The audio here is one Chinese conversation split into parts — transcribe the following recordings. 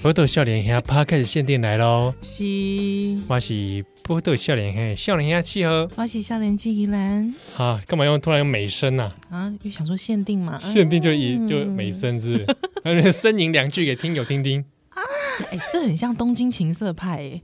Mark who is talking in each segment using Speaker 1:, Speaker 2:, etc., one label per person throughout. Speaker 1: 波豆笑脸兄 p a r k 限定来喽！
Speaker 2: 是，
Speaker 1: 我是波豆笑脸兄，笑脸兄契合
Speaker 2: 我是笑脸季怡兰
Speaker 1: 啊！干嘛用突然用美声啊？
Speaker 2: 啊，又想说限定嘛，
Speaker 1: 限定就以
Speaker 2: 嗯
Speaker 1: 就美声是 不是，呻吟两句给听友听听
Speaker 2: 哎、这很像东京情色派、 哎，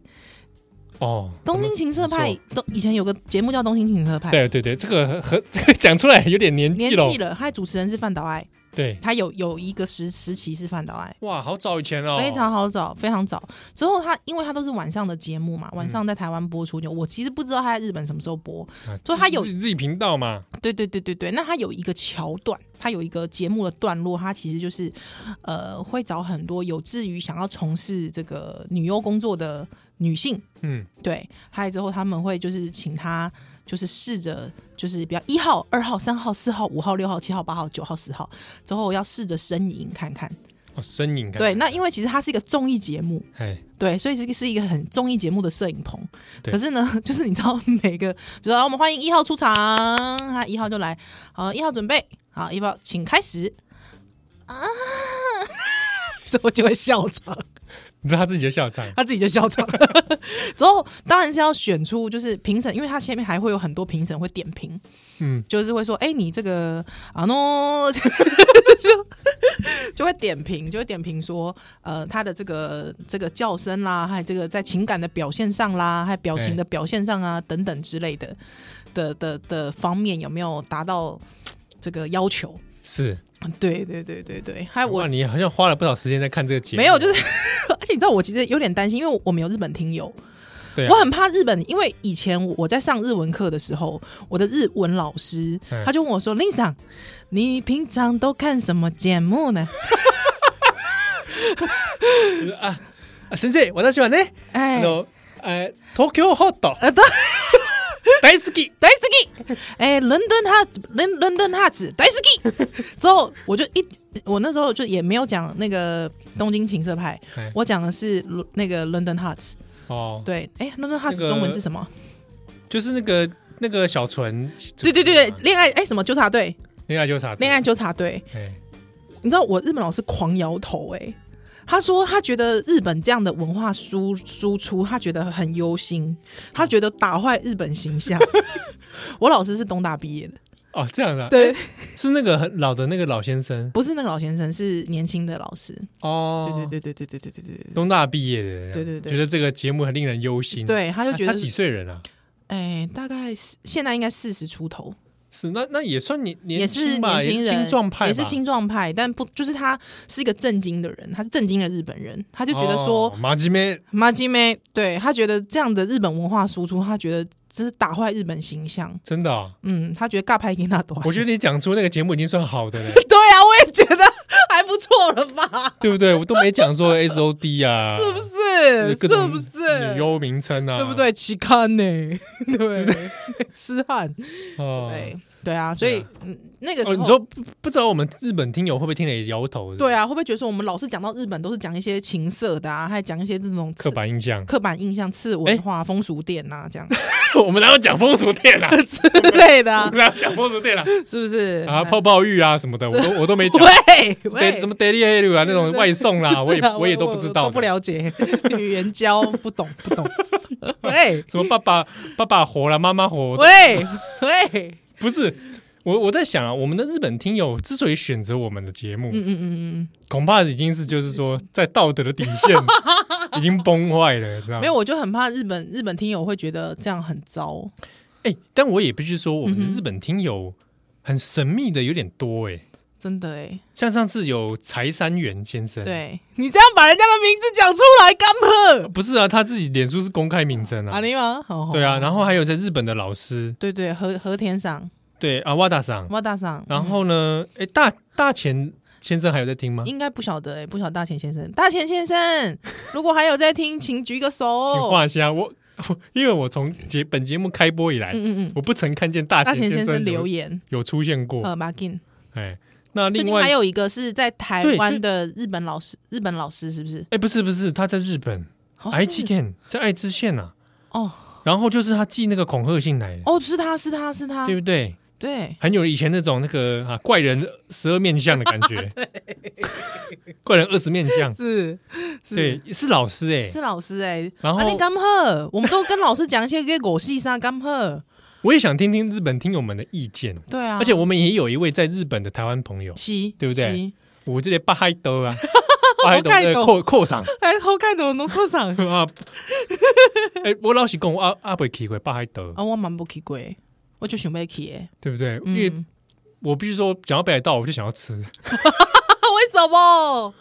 Speaker 1: 哦。
Speaker 2: 东京情色派都以前有个节目叫东京情色派，
Speaker 1: 对对对，这个和 这个讲出来有点年
Speaker 2: 年
Speaker 1: 纪了。
Speaker 2: 纪了，他的主持人是范岛爱，
Speaker 1: 对，
Speaker 2: 他有有一个时时期是范岛爱。
Speaker 1: 哇，好早以前哦，
Speaker 2: 非常好找，非常早。之后他，因为他都是晚上的节目嘛，
Speaker 1: 嗯
Speaker 2: 晚上在台湾播出。就我其实不知道他在日本什么时候播，
Speaker 1: 啊
Speaker 2: 就他有
Speaker 1: 自己自己频道嘛，
Speaker 2: 对对对对对，那它有一个桥段，它有一个节目的段落，它其实就是，呃，会找很多有志于想要从事这个女优工作的女性，
Speaker 1: 嗯，
Speaker 2: 对，还有之后他们会就是请她，就是试着就是比较一号、二号、三号、四号、五号、六号、七号、八号、九号、十号之后要试着呻吟看看，
Speaker 1: 哦，呻吟感。
Speaker 2: 对，那因为其实它是一个综艺节目，
Speaker 1: 哎，
Speaker 2: 对，所以是是一个很综艺节目的摄影棚。
Speaker 1: 对
Speaker 2: 可是呢， 就是你知道每个，比如说啊我们欢迎一号出场，他一号就来，好，一号准备，好，一号请开始 啊，之后就会笑场，
Speaker 1: 你知道他自己的笑场，
Speaker 2: 他自己就笑场了。 之后当然是要选出就是评审，因为他前面还会有很多评审会点评，
Speaker 1: 嗯，
Speaker 2: 就是会说，哎、你这个啊 no，就 就会点评，就会点评说，呃，他的这个这个叫声啦，还有这个在情感的表现上啦，还有表情的表现上啊，等等之类的的的的方面有没有达到这个要求？
Speaker 1: 是。
Speaker 2: 对对对对对，还有
Speaker 1: 哇，
Speaker 2: 我
Speaker 1: 你好像花了不少时间在看这个节目，
Speaker 2: 没有，就是 而且你知道，我其实有点担心，因为我们有日本听友，
Speaker 1: 对啊
Speaker 2: 我很怕日本，因为以前我在上日文课的时候，我的日文老师
Speaker 1: 嗯
Speaker 2: 他就问我说：“林桑，你平常都看什么节目呢
Speaker 1: 啊啊，先生，私はね、？”あ
Speaker 2: 哎，
Speaker 1: の、え、東京ホット
Speaker 2: 呃，大
Speaker 1: 大好き。
Speaker 2: 大好き，哎，伦敦哈，伦伦敦哈子，大好き。之后我就一，我那时候就也没有讲那个东京情色派
Speaker 1: 哎，
Speaker 2: 我讲的是伦那个伦敦哈子。
Speaker 1: 哦，
Speaker 2: 对，哎，伦敦哈子
Speaker 1: 那个
Speaker 2: 中文是什么？
Speaker 1: 就是那个那个小纯，
Speaker 2: 对对对对，恋爱哎什么纠察队，
Speaker 1: 恋爱纠察队
Speaker 2: 恋爱，纠察队。
Speaker 1: 哎，
Speaker 2: 你知道我日本老师狂摇头哎、他说他觉得日本这样的文化输输出，他觉得很忧心，他觉得打坏日本形象。 我老师是东大毕业的，
Speaker 1: 哦，这样的、啊，
Speaker 2: 对，
Speaker 1: 是那个很老的那个老先生
Speaker 2: 不是那个老先生，是年轻的老师。
Speaker 1: 哦，
Speaker 2: 对对对对对对对对对
Speaker 1: 东大毕业的，
Speaker 2: 对对对
Speaker 1: 觉得这个节目很令人忧心，
Speaker 2: 对，，对他就觉得
Speaker 1: 他几岁人啊？
Speaker 2: 哎、大概是现在应该四十出头，
Speaker 1: 是那那也算年
Speaker 2: 也
Speaker 1: 年
Speaker 2: 是
Speaker 1: 轻吧，
Speaker 2: 年轻人，
Speaker 1: 青壮派吧，
Speaker 2: 也是青壮派，但不就是他是一个正经的人，他是正经的日本人，他就觉得说。
Speaker 1: 哦马吉梅
Speaker 2: 马吉梅，对他觉得这样的日本文化输出，他觉得这是打坏日本形象。
Speaker 1: 真的哦、
Speaker 2: 嗯，他觉得尬拍给他多。
Speaker 1: 我觉得你讲出那个节目已经算好的了，
Speaker 2: 对啊，我也觉得还不错了吧？
Speaker 1: 对不对？我都没讲说 S O D 啊，
Speaker 2: 是不是？
Speaker 1: 各
Speaker 2: 是
Speaker 1: 种
Speaker 2: 不是
Speaker 1: 女？优名称啊，
Speaker 2: 对不？对？期刊呢？ 对，痴 汉。
Speaker 1: 哦，
Speaker 2: 对对啊，所以嗯那个
Speaker 1: 哦，
Speaker 2: 时
Speaker 1: 你
Speaker 2: 候
Speaker 1: 说，不不知道我们日本听友会不会听得摇头？
Speaker 2: 对
Speaker 1: 啊，
Speaker 2: 啊，会不会觉得说我们老是讲到日本都是讲一些情色的啊，还讲一些这种
Speaker 1: 刻
Speaker 2: 次，
Speaker 1: 板印象
Speaker 2: 刻板印象、次文化、风俗店呐这样
Speaker 1: 我们哪有讲风俗店啊？
Speaker 2: 之类的
Speaker 1: 我
Speaker 2: 啊，
Speaker 1: 们哪有讲风俗店啊？
Speaker 2: 是不是？哎
Speaker 1: 啊，泡泡浴啊什么的，我都我都没 讲。
Speaker 2: 喂
Speaker 1: 对，
Speaker 2: 喂，
Speaker 1: 什么 daily a l 啊那种外送 啦，我也
Speaker 2: 是啊
Speaker 1: 我也都不知道
Speaker 2: 我
Speaker 1: 的。
Speaker 2: 都不了解 女援交，不懂不懂。 喂
Speaker 1: 什么爸爸爸爸活了，妈妈活，我都
Speaker 2: 喂喂，
Speaker 1: 不是。我我在想啊，我们的日本听友之所以选择我们的节目，
Speaker 2: 嗯嗯嗯
Speaker 1: 恐怕已经是就是说在道德的底 线已经崩坏了，知道
Speaker 2: 嗯，
Speaker 1: 吗
Speaker 2: 没有，？我就很怕日本日本听友会觉得这样很糟。
Speaker 1: 哎、但我也必须说，我们的
Speaker 2: 嗯哼
Speaker 1: 日本听友很神秘的有点多哎、
Speaker 2: 真的哎，
Speaker 1: 像上次有柴山元先生，，
Speaker 2: 对你这样把人家的名字讲出来干嘛？
Speaker 1: 不是啊，他自己脸书是公开名称啊
Speaker 2: 阿，尼吗？好好
Speaker 1: 对啊，然后还有在日本的老师，
Speaker 2: 对对，和和田赏、
Speaker 1: 对啊，瓦达桑，
Speaker 2: 哇大赏，
Speaker 1: 然后呢，哎、大大前先生还有在听吗？
Speaker 2: 应该不晓得哎，不晓得大前先生，大前 先生，如果还有在听，请举个手。
Speaker 1: 请画一下我，我 因为我从节本节目开播以来，
Speaker 2: 哦嗯嗯嗯，
Speaker 1: 我不曾看见大
Speaker 2: 大
Speaker 1: 前
Speaker 2: 前先
Speaker 1: 生
Speaker 2: 生留
Speaker 1: 言
Speaker 2: 言，
Speaker 1: 有出现过，
Speaker 2: 呃，马金。
Speaker 1: 哎，那
Speaker 2: 最
Speaker 1: 另
Speaker 2: 近
Speaker 1: 外
Speaker 2: 还有一个是在台
Speaker 1: 对
Speaker 2: 湾
Speaker 1: 最
Speaker 2: 的日本老师，日本老师是不是？
Speaker 1: 哎，不是不是，他在日本
Speaker 2: 好像
Speaker 1: 爱
Speaker 2: 是
Speaker 1: 知县，在爱知县啊，
Speaker 2: 哦
Speaker 1: 然后就是他寄那个恐吓信来的，
Speaker 2: 哦，是他是他是他，
Speaker 1: 对不对？
Speaker 2: 对，
Speaker 1: 很有以前那种那个啊怪人十二面相的感 觉，怪人二十面相，
Speaker 2: 是，是
Speaker 1: 对，是老师哎、
Speaker 2: 是老师哎、
Speaker 1: 然后
Speaker 2: 啊，你干喝，我们都跟老师讲一些给狗戏上干喝，
Speaker 1: 我也想听听日本听友们的意见，哦
Speaker 2: 对啊，
Speaker 1: 而且我们也有一位在日本的台湾朋友，
Speaker 2: 是，
Speaker 1: 对不对
Speaker 2: 是？
Speaker 1: 我这里巴嗨德 啊，巴嗨德
Speaker 2: 我看
Speaker 1: 的
Speaker 2: 懂
Speaker 1: 扣扣上
Speaker 2: 哎，好看的农科上
Speaker 1: 啊， 哎，我老实讲，我阿阿伯去过巴嗨德，
Speaker 2: 啊，我蛮不去过，我就想要去的，
Speaker 1: 对不对？因
Speaker 2: 嗯，
Speaker 1: 为我必须说，讲到北海道，我就想要吃，
Speaker 2: 为什么？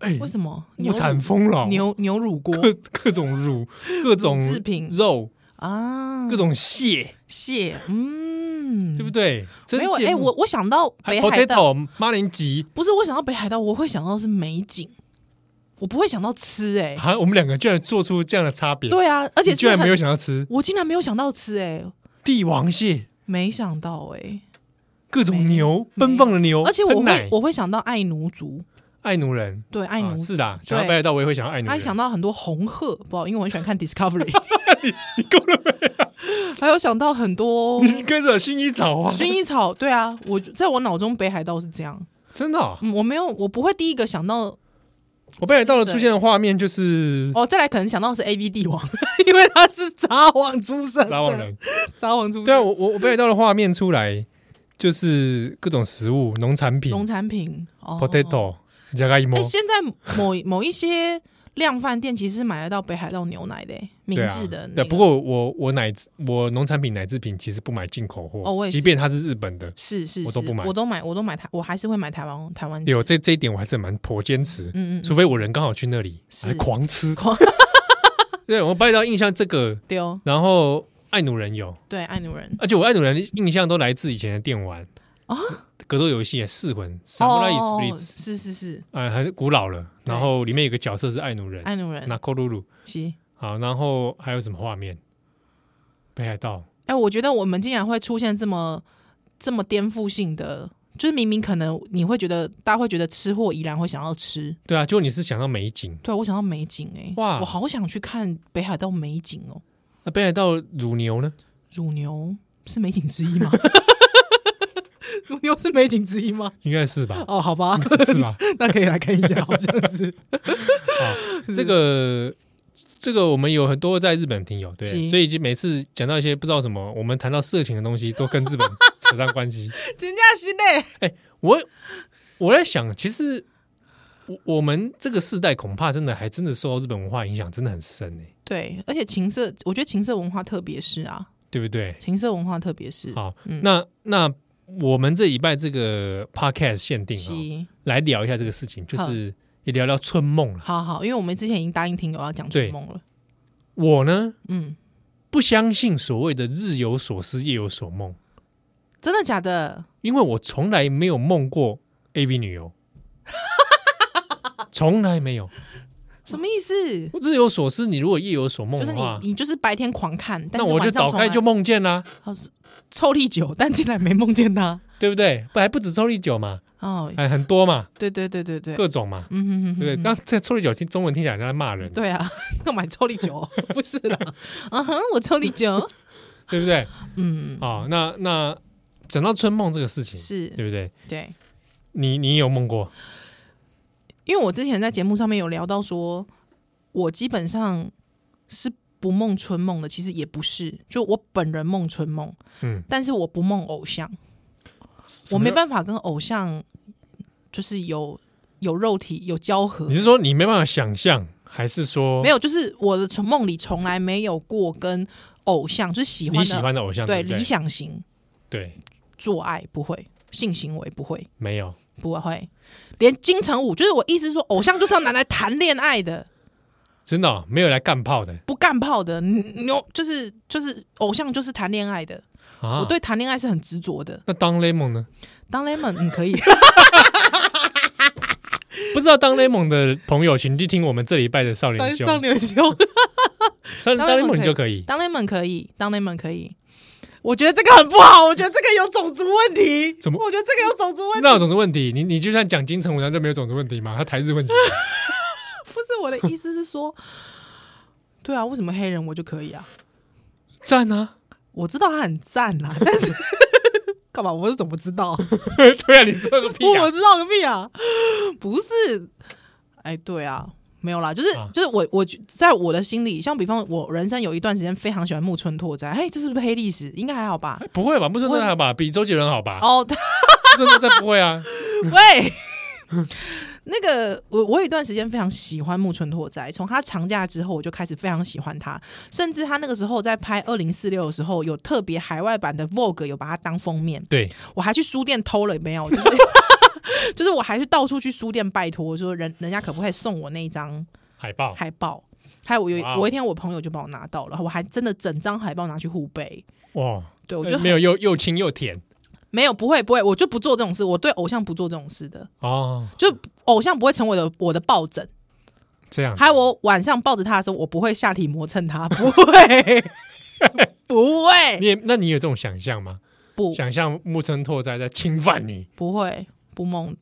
Speaker 1: 哎，
Speaker 2: 为什么？
Speaker 1: 物产丰饶，
Speaker 2: 牛牛乳锅
Speaker 1: 各各种乳，各种
Speaker 2: 乳制品
Speaker 1: 肉，
Speaker 2: 啊，
Speaker 1: 各种蟹，
Speaker 2: 蟹，嗯，
Speaker 1: 对不对？真
Speaker 2: 没有
Speaker 1: 蟹，
Speaker 2: 哎、我我想到
Speaker 1: 还
Speaker 2: 北海道，
Speaker 1: potato 马铃吉，
Speaker 2: 不是我想到北海道，我会想到是美景，我不会想到吃、 哎，
Speaker 1: 啊，我们两个居然做出这样的差别，
Speaker 2: 对啊，而且
Speaker 1: 你居然
Speaker 2: 是很
Speaker 1: 没有，想要吃
Speaker 2: 我竟然没有想到吃、哎，
Speaker 1: 帝王蟹，
Speaker 2: 没想到、哎。
Speaker 1: 各种牛，奔放的牛，
Speaker 2: 而且我
Speaker 1: 喷哦奶
Speaker 2: 会我会想到爱奴族，
Speaker 1: 爱奴人，
Speaker 2: 对爱奴
Speaker 1: 啊
Speaker 2: 族，
Speaker 1: 是啦，想到
Speaker 2: 对
Speaker 1: 北海道，我也会想到爱奴
Speaker 2: 还
Speaker 1: 人，
Speaker 2: 想到很多红鹤，不好，因为我很喜 欢看 Discovery，还有想到很 多
Speaker 1: 你 跟着薰衣草啊，
Speaker 2: 薰衣草，对啊，我在我脑中北海道是这样，
Speaker 1: 真的哦，
Speaker 2: 嗯，我没有，我不会第一个想到，
Speaker 1: 我北海道的出现的画面就是
Speaker 2: 哦，再来可能想到是 A V 帝王， 因为他是札王出生，
Speaker 1: 撒网，人，
Speaker 2: 札王出生，
Speaker 1: 对啊，我我我北海道的画面出来就是各种食物、农产品、
Speaker 2: 农产品哦
Speaker 1: potato、加个一摸
Speaker 2: 哎，，现在某某一些量贩店其实买得到北海道牛奶的，哎明
Speaker 1: 对
Speaker 2: 治
Speaker 1: 啊
Speaker 2: 的，那
Speaker 1: 对，
Speaker 2: 个
Speaker 1: 不过我我奶制我农产品奶制品其实不买进口货，
Speaker 2: 哦我也是
Speaker 1: 即便它是日本的，
Speaker 2: 是是，
Speaker 1: 我都
Speaker 2: 是
Speaker 1: 不买
Speaker 2: 我都买，我都买台，我还是会买台湾台湾。
Speaker 1: 有这这一点我还是蛮颇坚持，
Speaker 2: 嗯嗯嗯，
Speaker 1: 除非我人刚好去那里，
Speaker 2: 是
Speaker 1: 还狂吃
Speaker 2: 狂。
Speaker 1: 对我北海道印象这个，
Speaker 2: 对哦，
Speaker 1: 然后爱奴人有，
Speaker 2: 对爱奴人
Speaker 1: 而且我爱奴人的印象都来自以前的电玩啊，格斗游戏《啊噬魂》（Samurai
Speaker 2: 哦
Speaker 1: Split），
Speaker 2: 是是是
Speaker 1: 啊，还是古老了。
Speaker 2: 对
Speaker 1: 然后里面有个角色是爱奴人，
Speaker 2: 爱奴人
Speaker 1: 那扣露露。
Speaker 2: 是。
Speaker 1: 好，然后还有什么画面？北海道
Speaker 2: 哎，我觉得我们竟然会出现这么这么颠覆性的，就是明明可能你会觉得大家会觉得吃货依然会想要吃，
Speaker 1: 对啊，就你是想到美景，
Speaker 2: 对啊我想到美景哎、
Speaker 1: 哇
Speaker 2: 我好想去看北海道美景哦，
Speaker 1: 那北海道乳牛呢？
Speaker 2: 乳牛是美景之一吗？ 乳牛是美景之一吗？？
Speaker 1: 应该是吧
Speaker 2: 哦，好吧，
Speaker 1: 是吧？
Speaker 2: 那可以来看一下，好像是
Speaker 1: 这个这个我们有很多在日本听友，对，
Speaker 2: 是
Speaker 1: 所以就每次讲到一些不知道什么，我们谈到色情的东西，都跟日本扯上关 系。
Speaker 2: 真假是嘞，
Speaker 1: 我我在想，其实我我们这个世代恐怕真的还真的受到日本文化影响真的很深欸诶、
Speaker 2: 对，而且情色，我觉得情色文化特别是啊，
Speaker 1: 对不对？
Speaker 2: 情色文化特别是
Speaker 1: 好，
Speaker 2: 嗯
Speaker 1: 那那我们这礼拜这个 podcast 限定啊、
Speaker 2: 是
Speaker 1: 来聊一下这个事情，就是也聊聊春梦了。
Speaker 2: 好好，因为我们之前已经答应听友要讲
Speaker 1: 对
Speaker 2: 春梦了，
Speaker 1: 我呢
Speaker 2: 嗯，
Speaker 1: 不相信所谓的日有所思夜有所梦，
Speaker 2: 真的假的？
Speaker 1: 因为我从来没有梦过 AV 女优， 从来没有。
Speaker 2: 什么意思？
Speaker 1: 我日有所思，你如果夜有所梦
Speaker 2: 就
Speaker 1: 的
Speaker 2: 是你
Speaker 1: 话，，
Speaker 2: 你就是白天狂看，但
Speaker 1: 那
Speaker 2: 是
Speaker 1: 我就
Speaker 2: 晚上啊
Speaker 1: 早
Speaker 2: 从
Speaker 1: 该就
Speaker 2: 来
Speaker 1: 梦见啊啦，
Speaker 2: 好是臭力酒，但竟然没梦见他。
Speaker 1: 对不对？不还不止抽力酒嘛，
Speaker 2: 哦，
Speaker 1: 还很多嘛，
Speaker 2: 对对对对对，
Speaker 1: 各种嘛，
Speaker 2: 嗯哼哼哼，
Speaker 1: 对不对？
Speaker 2: 哼
Speaker 1: 那这抽力酒听中文听起来像在骂人，
Speaker 2: 对啊，购买臭力酒 不是啦，嗯哼，我臭力酒，
Speaker 1: 对不对？
Speaker 2: 嗯，
Speaker 1: 啊，那那讲到春梦这个事情，
Speaker 2: 是
Speaker 1: 对不对？
Speaker 2: 对，
Speaker 1: 你你有梦过？
Speaker 2: 因为我之前在节目上面有聊到说，我基本上是不梦春梦的，其实也不是，就我本人梦春梦，
Speaker 1: 嗯，
Speaker 2: 但是我不梦偶像，
Speaker 1: 什
Speaker 2: 我
Speaker 1: 么
Speaker 2: 没
Speaker 1: 叫
Speaker 2: 办法跟偶像就是有有肉体有交合
Speaker 1: 你，是说你没办法想象，还是说
Speaker 2: 没有，就是我的从梦里从来没有过跟偶像就是喜欢
Speaker 1: 你
Speaker 2: 的
Speaker 1: 喜欢的偶像？
Speaker 2: 对
Speaker 1: 不
Speaker 2: 理想型
Speaker 1: 对，
Speaker 2: 做爱不会，性行为不会。
Speaker 1: 没有。
Speaker 2: 不会，连金城武就是我意思是说，偶像就是要拿来谈恋爱的，
Speaker 1: 真的哦、没有来干炮的
Speaker 2: 不干炮的，牛就是就是偶像就是谈恋爱的，
Speaker 1: 啊！
Speaker 2: 我对谈恋爱是很执着的。
Speaker 1: 那当 lemon 呢？
Speaker 2: 当 lemon 嗯可以，
Speaker 1: 不知道当 lemon 的朋友，请去听我们这礼拜的少年兄，
Speaker 2: 年兄，
Speaker 1: 当当
Speaker 2: 当 lemon
Speaker 1: lemon 你
Speaker 2: 可以
Speaker 1: 就可以。
Speaker 2: 当 lemon 可以，当 lemon 可以。我觉得这个很不好，我觉得这个有种族问题。
Speaker 1: 怎么
Speaker 2: 我觉得这个有种族问题，
Speaker 1: 那有种族问题，你你就算讲金城武，难道没有种族问题吗？他台日问题，
Speaker 2: 不是我的意思是说， 对啊，为什么黑人我就可以啊？
Speaker 1: 赞啊！
Speaker 2: 啊我知道他很赞啦，但是 干嘛？我是怎么知道？
Speaker 1: 对啊，你知道个屁啊
Speaker 2: 我！知道个屁啊！ 不是，哎，对啊，没有啦，就是、
Speaker 1: 啊
Speaker 2: 就是我我在我的心里，像比方我人生有一段时间非常喜欢木村拓哉，哎，这是不是黑历史？应该还好吧？
Speaker 1: 不会吧？木村拓哉好吧？比周杰伦好吧？
Speaker 2: 哦，
Speaker 1: 木村拓哉不会啊，
Speaker 2: 喂，那个我我有一段时间非常喜欢木村拓哉，从他长假之后我就开始非常喜欢他，甚至他那个时候在拍《二零四六》的时候，有特别海外版的 Vogue 有把它当封面，
Speaker 1: 对，
Speaker 2: 我还去书店偷了，没有，就是 就是我还去到处去书店拜托，说人人家可不可以送我那一张
Speaker 1: 海报
Speaker 2: 海报。还有我有
Speaker 1: 哦哇哦
Speaker 2: 我一天我朋友就帮我拿到了，我还真的整张海报拿去互背。
Speaker 1: 哇，
Speaker 2: 对我就
Speaker 1: 哎没有又又轻又甜
Speaker 2: 没有不会不会，我就不做这种事，我对偶像不做这种事的，
Speaker 1: 哦，
Speaker 2: 就偶像不会成为我的我的抱枕。
Speaker 1: 这样
Speaker 2: 还有我晚上抱着他的时候，我不会下体磨蹭他，不 会，不会，
Speaker 1: 你也那你有这种想象吗？
Speaker 2: 不
Speaker 1: 想象木村拓哉在侵犯你，
Speaker 2: 不会，不梦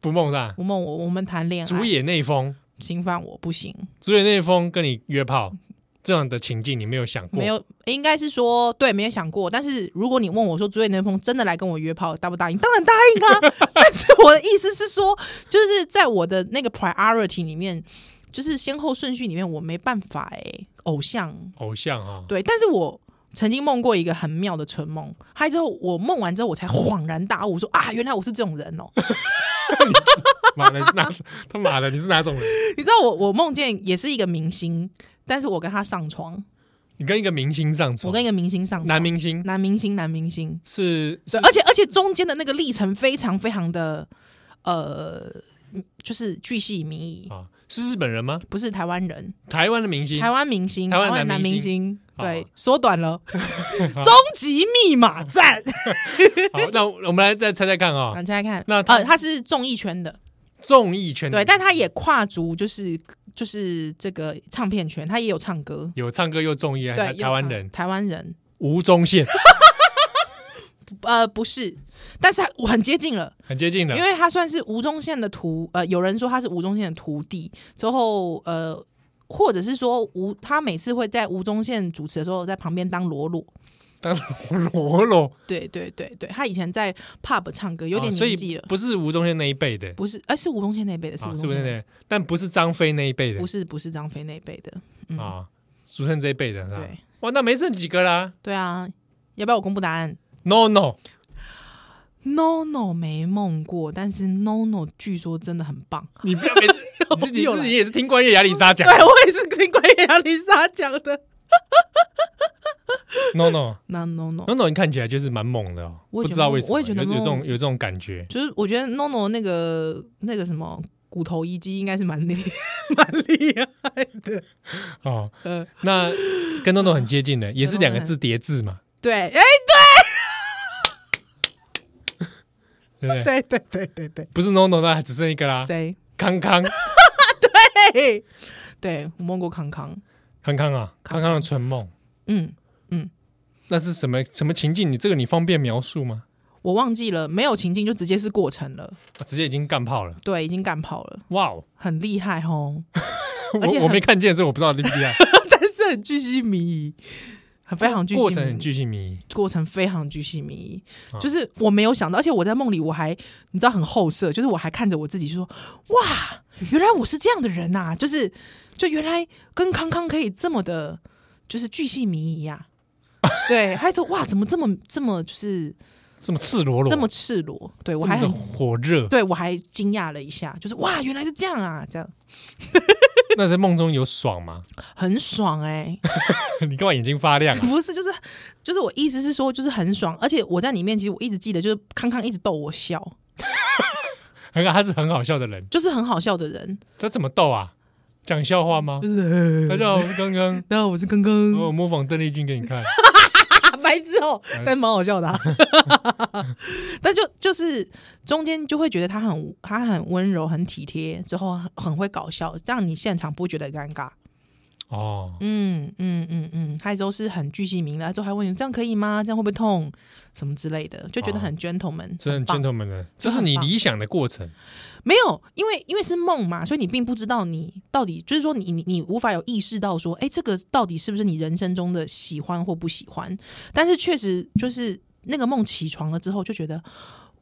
Speaker 1: 不梦是吧？
Speaker 2: 不梦我我们谈恋
Speaker 1: 竹
Speaker 2: 爱，
Speaker 1: 野内丰，
Speaker 2: 侵犯我不行，
Speaker 1: 竹野内丰跟你约炮这样的情境，你没有想过？
Speaker 2: 没有，应该是说对，没有想过。但是如果你问我说，朱野南风真的来跟我约炮，答不答应？当然答 应啊！但是我的意思是说，就是在我的那个 priority 里面，就是先后顺序里面，我没办法哎、偶像
Speaker 1: 偶像啊、
Speaker 2: 对，但是我曾经梦过一个很妙的春梦，还之后我梦完之后，我才恍然大悟，说啊，原来我是这种人哦、
Speaker 1: 妈的，你是哪 他妈的，你是哪种人？
Speaker 2: 你知道我我梦见也是一个明星，但是我跟他上床，
Speaker 1: 你跟一个明星上
Speaker 2: 我
Speaker 1: 床，
Speaker 2: 跟一个明星上床，
Speaker 1: 男明星
Speaker 2: 男明星男明星。
Speaker 1: 是是
Speaker 2: 对，而且而且中间的那个历程非常非常的呃，就是巨细靡遗，
Speaker 1: 啊，是日本人吗？
Speaker 2: 不是台湾人，
Speaker 1: 台湾的明星
Speaker 2: 台湾明星，
Speaker 1: 台湾男
Speaker 2: 男
Speaker 1: 明哦
Speaker 2: 明星，
Speaker 1: 好
Speaker 2: 对，缩短了， 终极密码战，
Speaker 1: 好，那我们来再猜猜看啊、
Speaker 2: 你猜猜看，
Speaker 1: 那他
Speaker 2: 呃，他是综艺圈的，
Speaker 1: 综艺圈
Speaker 2: 对，但他也跨足就是就是这个唱片圈，他也有唱歌。
Speaker 1: 有唱歌又综艺啊，
Speaker 2: 对
Speaker 1: 台，
Speaker 2: 有唱
Speaker 1: 台湾人
Speaker 2: 台湾人，
Speaker 1: 吴宗宪
Speaker 2: 呃，不是，但是他我很接近了，
Speaker 1: 很接近的，
Speaker 2: 因为他算是吴宗宪的徒，呃，有人说他是吴宗宪的徒弟，之后呃，或者是说吴他每次会在吴宗宪主持的时候在旁边当罗罗。
Speaker 1: 当罗罗
Speaker 2: 对对对对，他以前在 pub 唱歌，有点
Speaker 1: 啊所
Speaker 2: 年纪
Speaker 1: 以
Speaker 2: 了，
Speaker 1: 不是吴宗宪那一辈的，
Speaker 2: 不是，哎、是吴宗宪那一辈的，是
Speaker 1: 啊
Speaker 2: 吴
Speaker 1: 是
Speaker 2: 宗
Speaker 1: 不是
Speaker 2: 宪那一辈
Speaker 1: 那？但不是张飞那一辈
Speaker 2: 的，
Speaker 1: 的
Speaker 2: 不是不是张飞那一辈的，嗯，
Speaker 1: 啊，俗称这一辈的，是吧
Speaker 2: 对？
Speaker 1: 哇，那没剩几个啦
Speaker 2: 对啊，要不要我公布答案
Speaker 1: ？No No，
Speaker 2: ？No No 没梦过，但是 No No 据说真的很 棒。
Speaker 1: 你不要每次，你是你
Speaker 2: 又
Speaker 1: 是
Speaker 2: 来
Speaker 1: 你也是听关于亚里莎讲
Speaker 2: 对，我也是听关于亚丽莎讲的。
Speaker 1: No No
Speaker 2: 那 No No
Speaker 1: No No，你看起来就是蛮猛的哦，
Speaker 2: 哦我
Speaker 1: 不
Speaker 2: 也觉得
Speaker 1: 知道为什么，
Speaker 2: 我也觉得
Speaker 1: 有有这种
Speaker 2: Nono-
Speaker 1: 有这种感觉，
Speaker 2: 就是我觉得 NONO 那个那个什么骨头遗迹应该是蛮厉 蛮厉害的，
Speaker 1: 哦，
Speaker 2: 呃，
Speaker 1: 那跟 No No 很接近的， 也是两个字叠字嘛，
Speaker 2: 对，哎、
Speaker 1: 对不对？
Speaker 2: 对对对对对，
Speaker 1: 不是 No No，那还只剩一个啦，
Speaker 2: 谁？
Speaker 1: 康 康
Speaker 2: 嘿，对我梦过康康，
Speaker 1: 康康啊，康康的春梦，
Speaker 2: 嗯，
Speaker 1: 那是什么什么情境？你这个你方便描述吗？
Speaker 2: 我忘记了，没有情境就直接是过程了，
Speaker 1: 啊直接已经干炮了，
Speaker 2: 对，已经干跑了，
Speaker 1: 哇哦！
Speaker 2: 很厉害哦吼，而且
Speaker 1: 我
Speaker 2: 很
Speaker 1: 我没看见，所以我不知道厉不啊厉害。
Speaker 2: 但 是很巨细靡遗， 很非常巨细
Speaker 1: 过
Speaker 2: 靡遗
Speaker 1: 程很巨细靡遗，
Speaker 2: 过程非常巨细靡遗
Speaker 1: 啊，
Speaker 2: 就是我没有想到，而且我在梦里我还你知道很后色，就是我还看着我自己说，哇，原来我是这样的人呐、就是就原来跟康康可以这么的，就是巨细靡遗 呀、对，还说哇，怎么这么这么就是
Speaker 1: 这么赤裸裸，
Speaker 2: 这么赤裸？对我
Speaker 1: 这
Speaker 2: 还
Speaker 1: 么的
Speaker 2: 很
Speaker 1: 火热。
Speaker 2: 对我还惊讶了一下，就是哇，原来是这样啊，这样
Speaker 1: 那在梦中有爽吗？
Speaker 2: 很爽哎、
Speaker 1: 你干嘛眼睛发亮啊？
Speaker 2: 不是，就是就是我意思是说，就是很爽，而且我在里面其实我一直记得，就是康康一直逗我笑，
Speaker 1: 很好，他是很好笑的人，
Speaker 2: 就是很好笑的人。
Speaker 1: 这怎么逗啊？讲笑话吗
Speaker 2: 就？是
Speaker 1: 大家好，我 是刚刚，
Speaker 2: 大家好，我是刚刚
Speaker 1: 我模仿邓丽君给你看。
Speaker 2: 啊，白痴哦、但蛮好笑的、啊。 但就就是中间就会觉得他很他很温柔、很体贴，之后很很会搞笑，让你现场不会觉得尴尬。
Speaker 1: 哦，
Speaker 2: 嗯嗯嗯嗯，还有时候是很巨细明的，之后还问你这样可以吗？这样会不会痛？什么之类的，就觉得很 gentleman，、
Speaker 1: 真的很
Speaker 2: 棒
Speaker 1: gentleman 的，这
Speaker 2: 这
Speaker 1: 是你
Speaker 2: 很棒
Speaker 1: 理想的过程。
Speaker 2: 没有，因为因为是梦嘛，所以你并不知道你到底，就是说你你你无法有意识到说，哎，这个到底是不是你人生中的喜欢或不喜欢？但是确实就是那个梦起床了之后，就觉得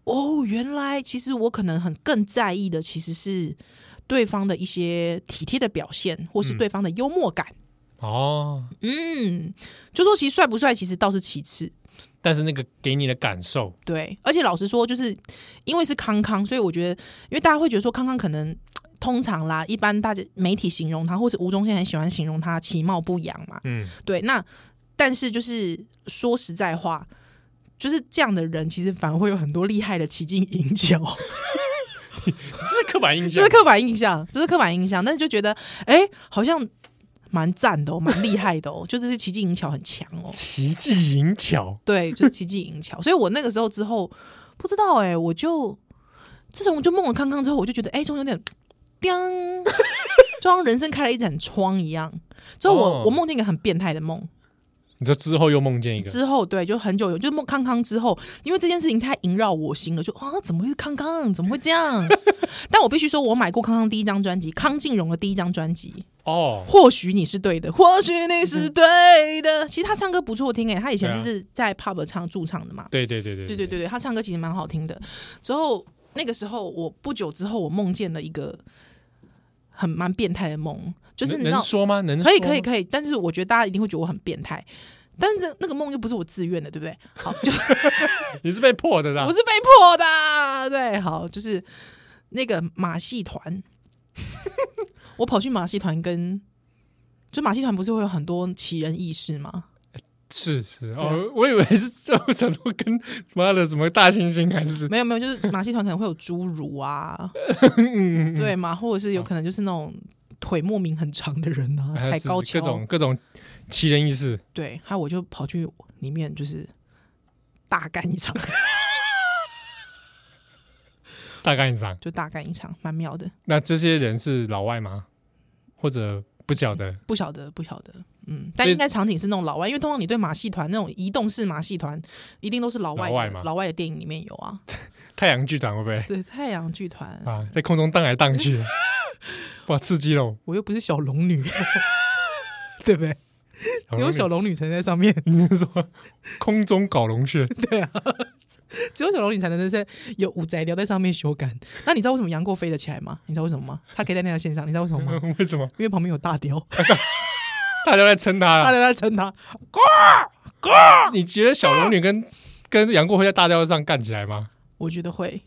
Speaker 2: 哦，原来其实我可能很更在意的其实是对方的一些体贴的表现，或是对方的幽默感。
Speaker 1: 哦，
Speaker 2: 嗯，就说其实帅不帅，其实倒是其次。
Speaker 1: 但是那个给你的感受，
Speaker 2: 对，而且老实说，就是因为是康康，所以我觉得，因为大家会觉得说康康可能通常啦，一般大家媒体形容他，或是吴宗宪很喜欢形容他其貌不扬嘛。
Speaker 1: 嗯，
Speaker 2: 对，那但是就是说实在话，就是这样的人，其实反而会有很多厉害的奇境引角，
Speaker 1: 这是刻板印
Speaker 2: 这
Speaker 1: 象
Speaker 2: 是。刻板印象，这是刻板印象，但是就觉得，哎、好像蛮赞的哦，蛮厉害的哦，就这些奇境引巧很强哦。
Speaker 1: 奇技淫巧，
Speaker 2: 对，就是奇迹银桥。所以我那个时候之后不知道哎、我就自从我就梦了康康之后，我就觉得哎，总、有点叮，就好像人生开了一盏窗一样。之后我、
Speaker 1: 哦
Speaker 2: 我梦见一个很变态的梦，
Speaker 1: 你说之后又梦见一个，
Speaker 2: 之后对，就很久有，就是梦康康之后，因为这件事情太萦绕我心了，就啊，怎么会是康康？怎么会这样？ 但我必须说，我买过康康第一张专辑，康靖荣的第一张专辑，
Speaker 1: 哦，
Speaker 2: 或许你是对的，或许你
Speaker 1: 嗯
Speaker 2: 是对的。其实他唱歌不错听诶、他以
Speaker 1: 啊
Speaker 2: 前是在 pub 唱驻唱的嘛，
Speaker 1: 对对对对
Speaker 2: 对对对对，他唱歌其实蛮好听的。之后那个时候，我不久之后，我梦见了一个很蛮变态的梦，就是
Speaker 1: 能
Speaker 2: 你知
Speaker 1: 能
Speaker 2: 道，
Speaker 1: 说吗？能
Speaker 2: 可以
Speaker 1: 说
Speaker 2: 可以
Speaker 1: 吗，
Speaker 2: 可以，但是我觉得大家一定会觉得我很变态。但是那那个梦又不是我自愿的，对不对？好，就
Speaker 1: 你是被迫的啦
Speaker 2: 我。是被迫的啊，对，好，就是那个马戏团， 我跑去马戏团跟，就马戏团不是会有很多奇人异事吗？
Speaker 1: 是是
Speaker 2: 对啊
Speaker 1: 哦，我以为是， 我想说跟妈的什么大猩猩还是
Speaker 2: 没有没有，就是马戏团可能会有侏儒啊，
Speaker 1: 嗯
Speaker 2: 对嘛，或者是有可能就是那种腿莫名很长的人啊，
Speaker 1: 还
Speaker 2: 踩
Speaker 1: 哎是
Speaker 2: 高跷，
Speaker 1: 各种各种奇人异事，
Speaker 2: 对，还有我就跑去里面就是大干一场，
Speaker 1: 大概上。
Speaker 2: 就大干一场，蛮妙的，
Speaker 1: 那这些人是老外吗？或者不晓得？
Speaker 2: 不晓得不晓得，嗯，但
Speaker 1: 所以
Speaker 2: 应该场景是那种老外，因为通常你对马戏团那种移动式马戏团，一定都是老外的
Speaker 1: 老外嘛
Speaker 2: 老外的电影里面有啊，
Speaker 1: 太阳剧场会不会
Speaker 2: 对，太阳剧团，
Speaker 1: 啊，在空中荡来荡 去？哇，刺激喽！
Speaker 2: 我又不是小龙女， 对不对？只有小龙女才能在上面，
Speaker 1: 你是说空中搞龙 穴？
Speaker 2: 只有小龙女才能在有五宅聊在上面修改。那你知道为什么杨过飞得起来吗？你知道为什么吗？他可以在那条线上，你知道为什么吗？
Speaker 1: 为什么
Speaker 2: 因为旁边有大雕，
Speaker 1: 大家都在撑他
Speaker 2: 大
Speaker 1: 了？
Speaker 2: 雕在撑他。
Speaker 1: 你觉得小龙女 跟跟杨过会在大吊上干起来吗？
Speaker 2: 我觉得会。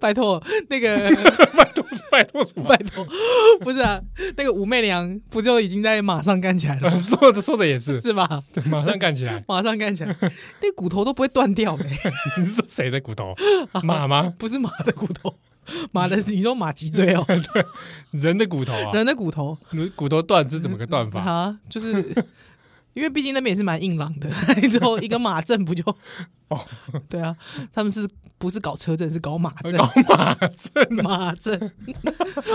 Speaker 2: 拜托，那个
Speaker 1: 拜托，拜托什么？
Speaker 2: 拜托，不是啊，那个武媚娘不就已经在马上干起来了吗，
Speaker 1: 说的说的也是，
Speaker 2: 是吧？
Speaker 1: 对，马上干起来。
Speaker 2: 马上干起来，那骨头都不会断掉的、欸
Speaker 1: 你是说谁的骨 头？马吗？
Speaker 2: 不是马的骨头，马的你说马脊椎哦，
Speaker 1: 人的骨头啊？
Speaker 2: 人的骨头
Speaker 1: 骨头断是怎么个断法？
Speaker 2: 啊，就是因为毕竟那边也是蛮硬朗的， 之后一个马阵不就
Speaker 1: 哦，
Speaker 2: 对啊，他们是不是搞车阵是搞马阵？
Speaker 1: 搞马阵啊？
Speaker 2: 马阵，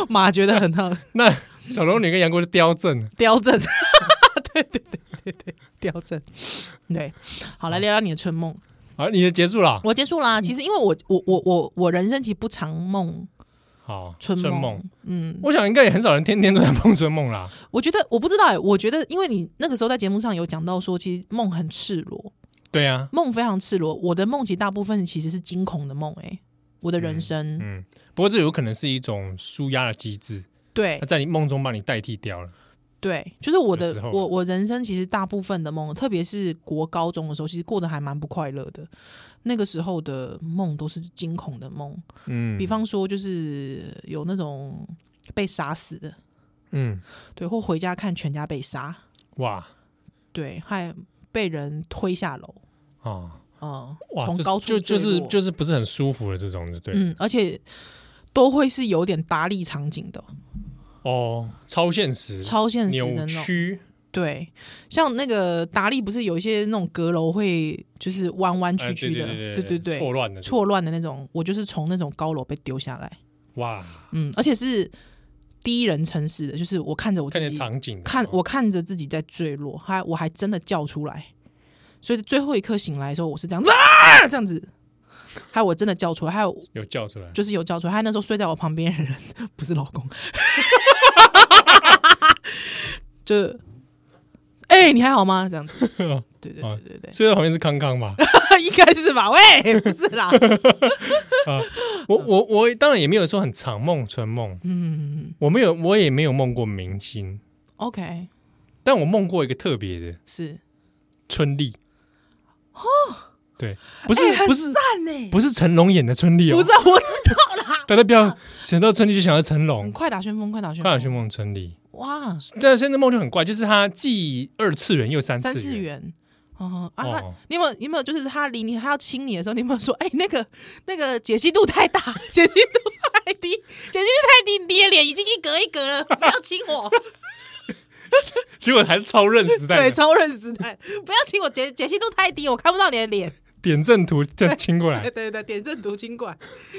Speaker 2: 马觉得很烫，
Speaker 1: 那小龙女跟杨过是雕阵啊
Speaker 2: 雕阵， 对对对对对，雕阵，对，好来聊聊你的春梦，
Speaker 1: 好，你的结束了。
Speaker 2: 我结束啦。其实因为我我我我我人生其实不常梦
Speaker 1: 好，
Speaker 2: 春
Speaker 1: 梦，
Speaker 2: 嗯，
Speaker 1: 我想应该也很少人天天都在梦春梦啦。
Speaker 2: 我觉得我不知道哎、我觉得因为你那个时候在节目上有讲到说，其实梦很赤裸，
Speaker 1: 对啊呀、
Speaker 2: 梦非常赤裸。我的梦其实大部分其实是惊恐的梦，哎，我的人生、
Speaker 1: 嗯，不过这有可能是一种舒压的机制，
Speaker 2: 对
Speaker 1: 它在你梦中把你代替掉了。
Speaker 2: 对，就是我
Speaker 1: 有时
Speaker 2: 的
Speaker 1: 候啊
Speaker 2: 我我人生其实大部分的梦，特别是国高中的时候，其实过得还蛮不快乐的。那个时候的梦都是惊恐的梦，
Speaker 1: 嗯，
Speaker 2: 比，方说就是有那种被杀死的，
Speaker 1: 嗯，
Speaker 2: 对，或回家看全家被杀，
Speaker 1: 哇，
Speaker 2: 对，还被人推下楼，
Speaker 1: 哦，
Speaker 2: 嗯，
Speaker 1: 哇，
Speaker 2: 从
Speaker 1: 就是
Speaker 2: 高处
Speaker 1: 就就
Speaker 2: 坠
Speaker 1: 是
Speaker 2: 落
Speaker 1: 就是不是很舒服的这种的，对，
Speaker 2: 嗯，而且都会是有点达利场景的，
Speaker 1: 哦，超现实，
Speaker 2: 超现实的
Speaker 1: 扭
Speaker 2: 那种。
Speaker 1: 曲，
Speaker 2: 对，像那个达利不是有一些那种阁楼会就是弯弯
Speaker 1: 哎
Speaker 2: 曲曲的，
Speaker 1: 对
Speaker 2: 对
Speaker 1: 对错乱的，
Speaker 2: 错乱的那种。我就是从那种高楼被丢下来，
Speaker 1: 哇，
Speaker 2: 嗯，而且是第一人称式的，就是我看着我
Speaker 1: 看
Speaker 2: 自
Speaker 1: 见
Speaker 2: 己，
Speaker 1: 场景的，
Speaker 2: 看
Speaker 1: 哦
Speaker 2: 我看着自己在坠落，还我还真的叫出来，所以最后一刻醒来的时候，我是这样啊这样子，还有我真的叫出来，还有
Speaker 1: 有叫出来，
Speaker 2: 就是有叫出来。他那时候睡在我旁边的人不 是老公，就哎、喂，你还好吗？这样子，对对对对对，
Speaker 1: 所以在旁边是康康嘛。
Speaker 2: 应该是吧？喂， 不是啦，
Speaker 1: 我我我当然也没有说很长梦春梦，
Speaker 2: 嗯
Speaker 1: 我没有我也没有梦过明星，
Speaker 2: ，OK，
Speaker 1: 但我梦过一个特别的
Speaker 2: 是，
Speaker 1: 春丽。哦，对，不是
Speaker 2: 哎很
Speaker 1: 不是
Speaker 2: 赞呢，
Speaker 1: 不是成龙演的春丽
Speaker 2: 不
Speaker 1: 哦
Speaker 2: 是，，我知道啦。
Speaker 1: 大家不要想到春丽就想到成龙
Speaker 2: 嗯，快打旋风，快打旋
Speaker 1: 快点
Speaker 2: 风，
Speaker 1: 去梦春丽。
Speaker 2: 哇，
Speaker 1: 但现在梦就很怪，就是他既二次元又三
Speaker 2: 三次
Speaker 1: 次元，
Speaker 2: 元。哦啊，他
Speaker 1: 哦
Speaker 2: 你有没有你有没有就是他离你他要亲你的时候，你有没有说哎、那个那个解析度太大，解析度太低，解析度太低，你的脸已经一格一格了，不要亲我，
Speaker 1: 结果还是超认时代
Speaker 2: 对，
Speaker 1: 的
Speaker 2: 超认识态，不要亲我，解解析度太低，我看不到你的脸。
Speaker 1: 点阵图再亲过来
Speaker 2: 对。 对对，点阵读经管，是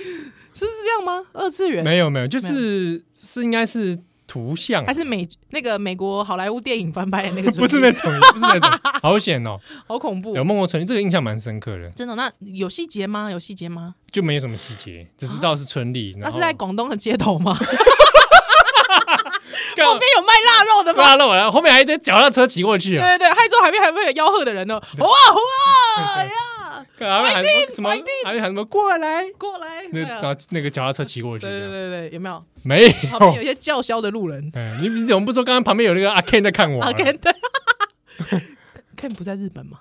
Speaker 2: 是这样吗？二次元
Speaker 1: 没有没有，就是是应该是图像
Speaker 2: 还，是美那个美国好莱坞电影翻拍的那个主题？
Speaker 1: 不是那种，不是那种，好险哦！
Speaker 2: 好恐怖
Speaker 1: 有，梦过春丽，这个印象蛮深刻的，
Speaker 2: 真的。那有细节吗？有细节吗？
Speaker 1: 就没有什么细节，只知道是春丽。然
Speaker 2: 那
Speaker 1: 后
Speaker 2: 啊是在广东的街头吗？那
Speaker 1: 干
Speaker 2: 边有卖腊肉的吗？
Speaker 1: 拉了我了，后面还一堆脚踏车骑过去啊！
Speaker 2: 对对对，害州海边还会有吆喝的人呢，吼啊吼啊呀，
Speaker 1: 干还喊什么
Speaker 2: 快递？
Speaker 1: 还喊什么？过来！
Speaker 2: 过来！
Speaker 1: 那
Speaker 2: 对
Speaker 1: 然
Speaker 2: 啊
Speaker 1: 后那个哦脚踏车骑过去
Speaker 2: 对，对对对，有没有？
Speaker 1: 没有。
Speaker 2: 旁边 有一些叫嚣的路人。
Speaker 1: 哎你你怎么不说？刚刚旁边有那个阿 Ken 在看我啊
Speaker 2: 啊，Ken，对 ，Ken 不在日本吗？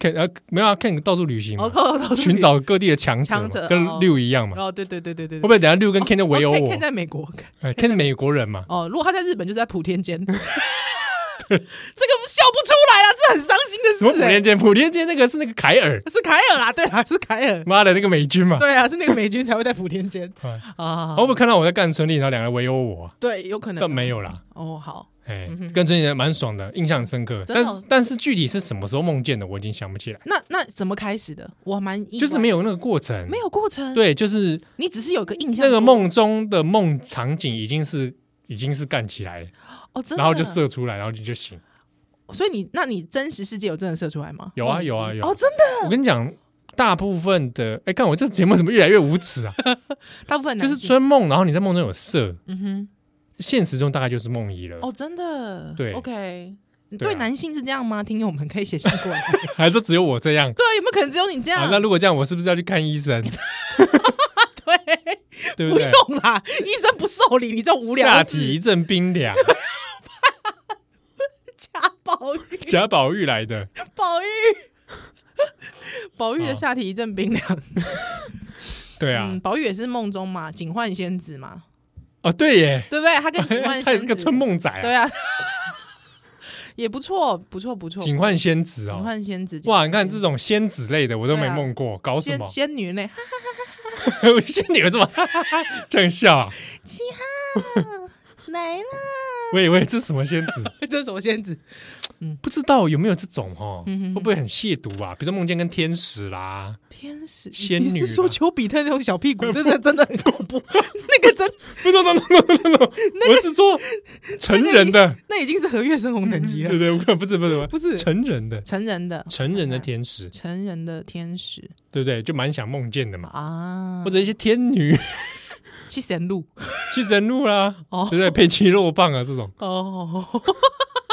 Speaker 1: ，Ken 呃没有啊，Ken 到处旅行嘛
Speaker 2: 哦，，靠到处
Speaker 1: 寻
Speaker 2: 旅
Speaker 1: 找各地的强者嘛
Speaker 2: 强，者
Speaker 1: 跟
Speaker 2: 哦
Speaker 1: 六一样嘛。
Speaker 2: 哦，对对对对对
Speaker 1: 会不
Speaker 2: 对。
Speaker 1: 会等下六跟 Ken 就围殴
Speaker 2: 哦
Speaker 1: 我
Speaker 2: ，Ken-？Ken 在美国，
Speaker 1: 哎，Ken 是美国人嘛，
Speaker 2: 哦，如果他在日本，就在普天间。这个 笑不出来了，这很伤心的
Speaker 1: 什么
Speaker 2: 事、
Speaker 1: 普天
Speaker 2: 欸。
Speaker 1: 间？普天间那个是那个凯尔，
Speaker 2: 是凯尔啊啦，对啦，是凯尔，
Speaker 1: 妈的那个美军嘛。
Speaker 2: 对啊，是那个美军才会在普天 间
Speaker 1: 哎
Speaker 2: 啊
Speaker 1: 会。不会看到我在干春丽，然后两个人围殴我啊？
Speaker 2: 对，有可能
Speaker 1: 但没有啦。
Speaker 2: 哦。好，
Speaker 1: 哎，跟春丽人蛮爽的，印象深刻。
Speaker 2: 真的
Speaker 1: 但
Speaker 2: 哦
Speaker 1: 是但是具体是什么时候梦见的，我已经想不起来，
Speaker 2: 那那怎么开始的？我蛮意外
Speaker 1: 就是没有那个过程
Speaker 2: 没。有过程，
Speaker 1: 对，就是
Speaker 2: 你只是有一个印象，
Speaker 1: 那个梦中的梦场景已经是已经是干起来了，
Speaker 2: 哦，真的。
Speaker 1: 然后就，射出来，然后你就醒。
Speaker 2: 所以你那你真实世界有真的射出来吗？
Speaker 1: 有啊有啊有啊
Speaker 2: 哦，真的，
Speaker 1: 我跟你讲，大部分的哎，看我这节目怎么越来越无耻 啊？
Speaker 2: 大部分
Speaker 1: 就
Speaker 2: 男
Speaker 1: 是
Speaker 2: 性，
Speaker 1: 春梦，然后你在梦中有射，
Speaker 2: 嗯
Speaker 1: 现实中大概就是梦遗了
Speaker 2: 哼，。哦，真的，
Speaker 1: 对
Speaker 2: ，OK，
Speaker 1: 对啊
Speaker 2: 对男性是这样吗？听友们可以写信 过来。
Speaker 1: 还是只有我这样？
Speaker 2: 对，有没有可能只有你这样
Speaker 1: 啊，？那如果这样，我是不是要去看医 生？
Speaker 2: 对，
Speaker 1: 对啊
Speaker 2: 不
Speaker 1: 对？
Speaker 2: 用啦，医生不受理你这种无聊
Speaker 1: 下
Speaker 2: 的
Speaker 1: 体 一
Speaker 2: 事。
Speaker 1: 阵冰凉，啊
Speaker 2: 贾宝玉，
Speaker 1: 贾宝玉来的，
Speaker 2: 宝玉，嗯宝玉的下体一阵冰凉。
Speaker 1: 对啊
Speaker 2: 嗯，，宝玉也是梦中嘛，警幻仙子嘛，
Speaker 1: 哦对耶，
Speaker 2: 对不对？他跟警幻
Speaker 1: 哎他也是
Speaker 2: 仙子，
Speaker 1: 个春梦仔啊，
Speaker 2: 对啊， 也不错，不错，不错。
Speaker 1: 警幻仙子
Speaker 2: 警
Speaker 1: 哦，
Speaker 2: 幻仙子，
Speaker 1: 哇，你看这种仙子类的我都没梦过，搞什
Speaker 2: 仙
Speaker 1: 么？
Speaker 2: 仙女呢？哈
Speaker 1: 仙女有这么这样笑啊？
Speaker 2: 七哈来啦！
Speaker 1: 喂喂， 这什么仙子？
Speaker 2: 这是什么仙子？
Speaker 1: 不知道有没有这种哦？
Speaker 2: 嗯哼
Speaker 1: 会不会很亵渎啊？比如说梦见跟天使啦，
Speaker 2: 天使？
Speaker 1: 仙
Speaker 2: 你
Speaker 1: 女
Speaker 2: 是说
Speaker 1: 啦
Speaker 2: 丘比特那种小 屁股？真的真的很恐怖， 那个真
Speaker 1: 不不不不不不，我是说成人的，
Speaker 2: 那已经是和月生红等级
Speaker 1: 对
Speaker 2: 了，
Speaker 1: 对，不是不是
Speaker 2: 不是
Speaker 1: 嗯成人的
Speaker 2: 成人的
Speaker 1: 成人的
Speaker 2: 天
Speaker 1: 天使，
Speaker 2: 成人的天使
Speaker 1: 对不对？就蛮想梦见的嘛。
Speaker 2: 啊，
Speaker 1: 或者一些天女
Speaker 2: 七贤路
Speaker 1: 七神鹿啦，
Speaker 2: 哦
Speaker 1: 对不对？佩奇肉棒啊，这种
Speaker 2: 哦，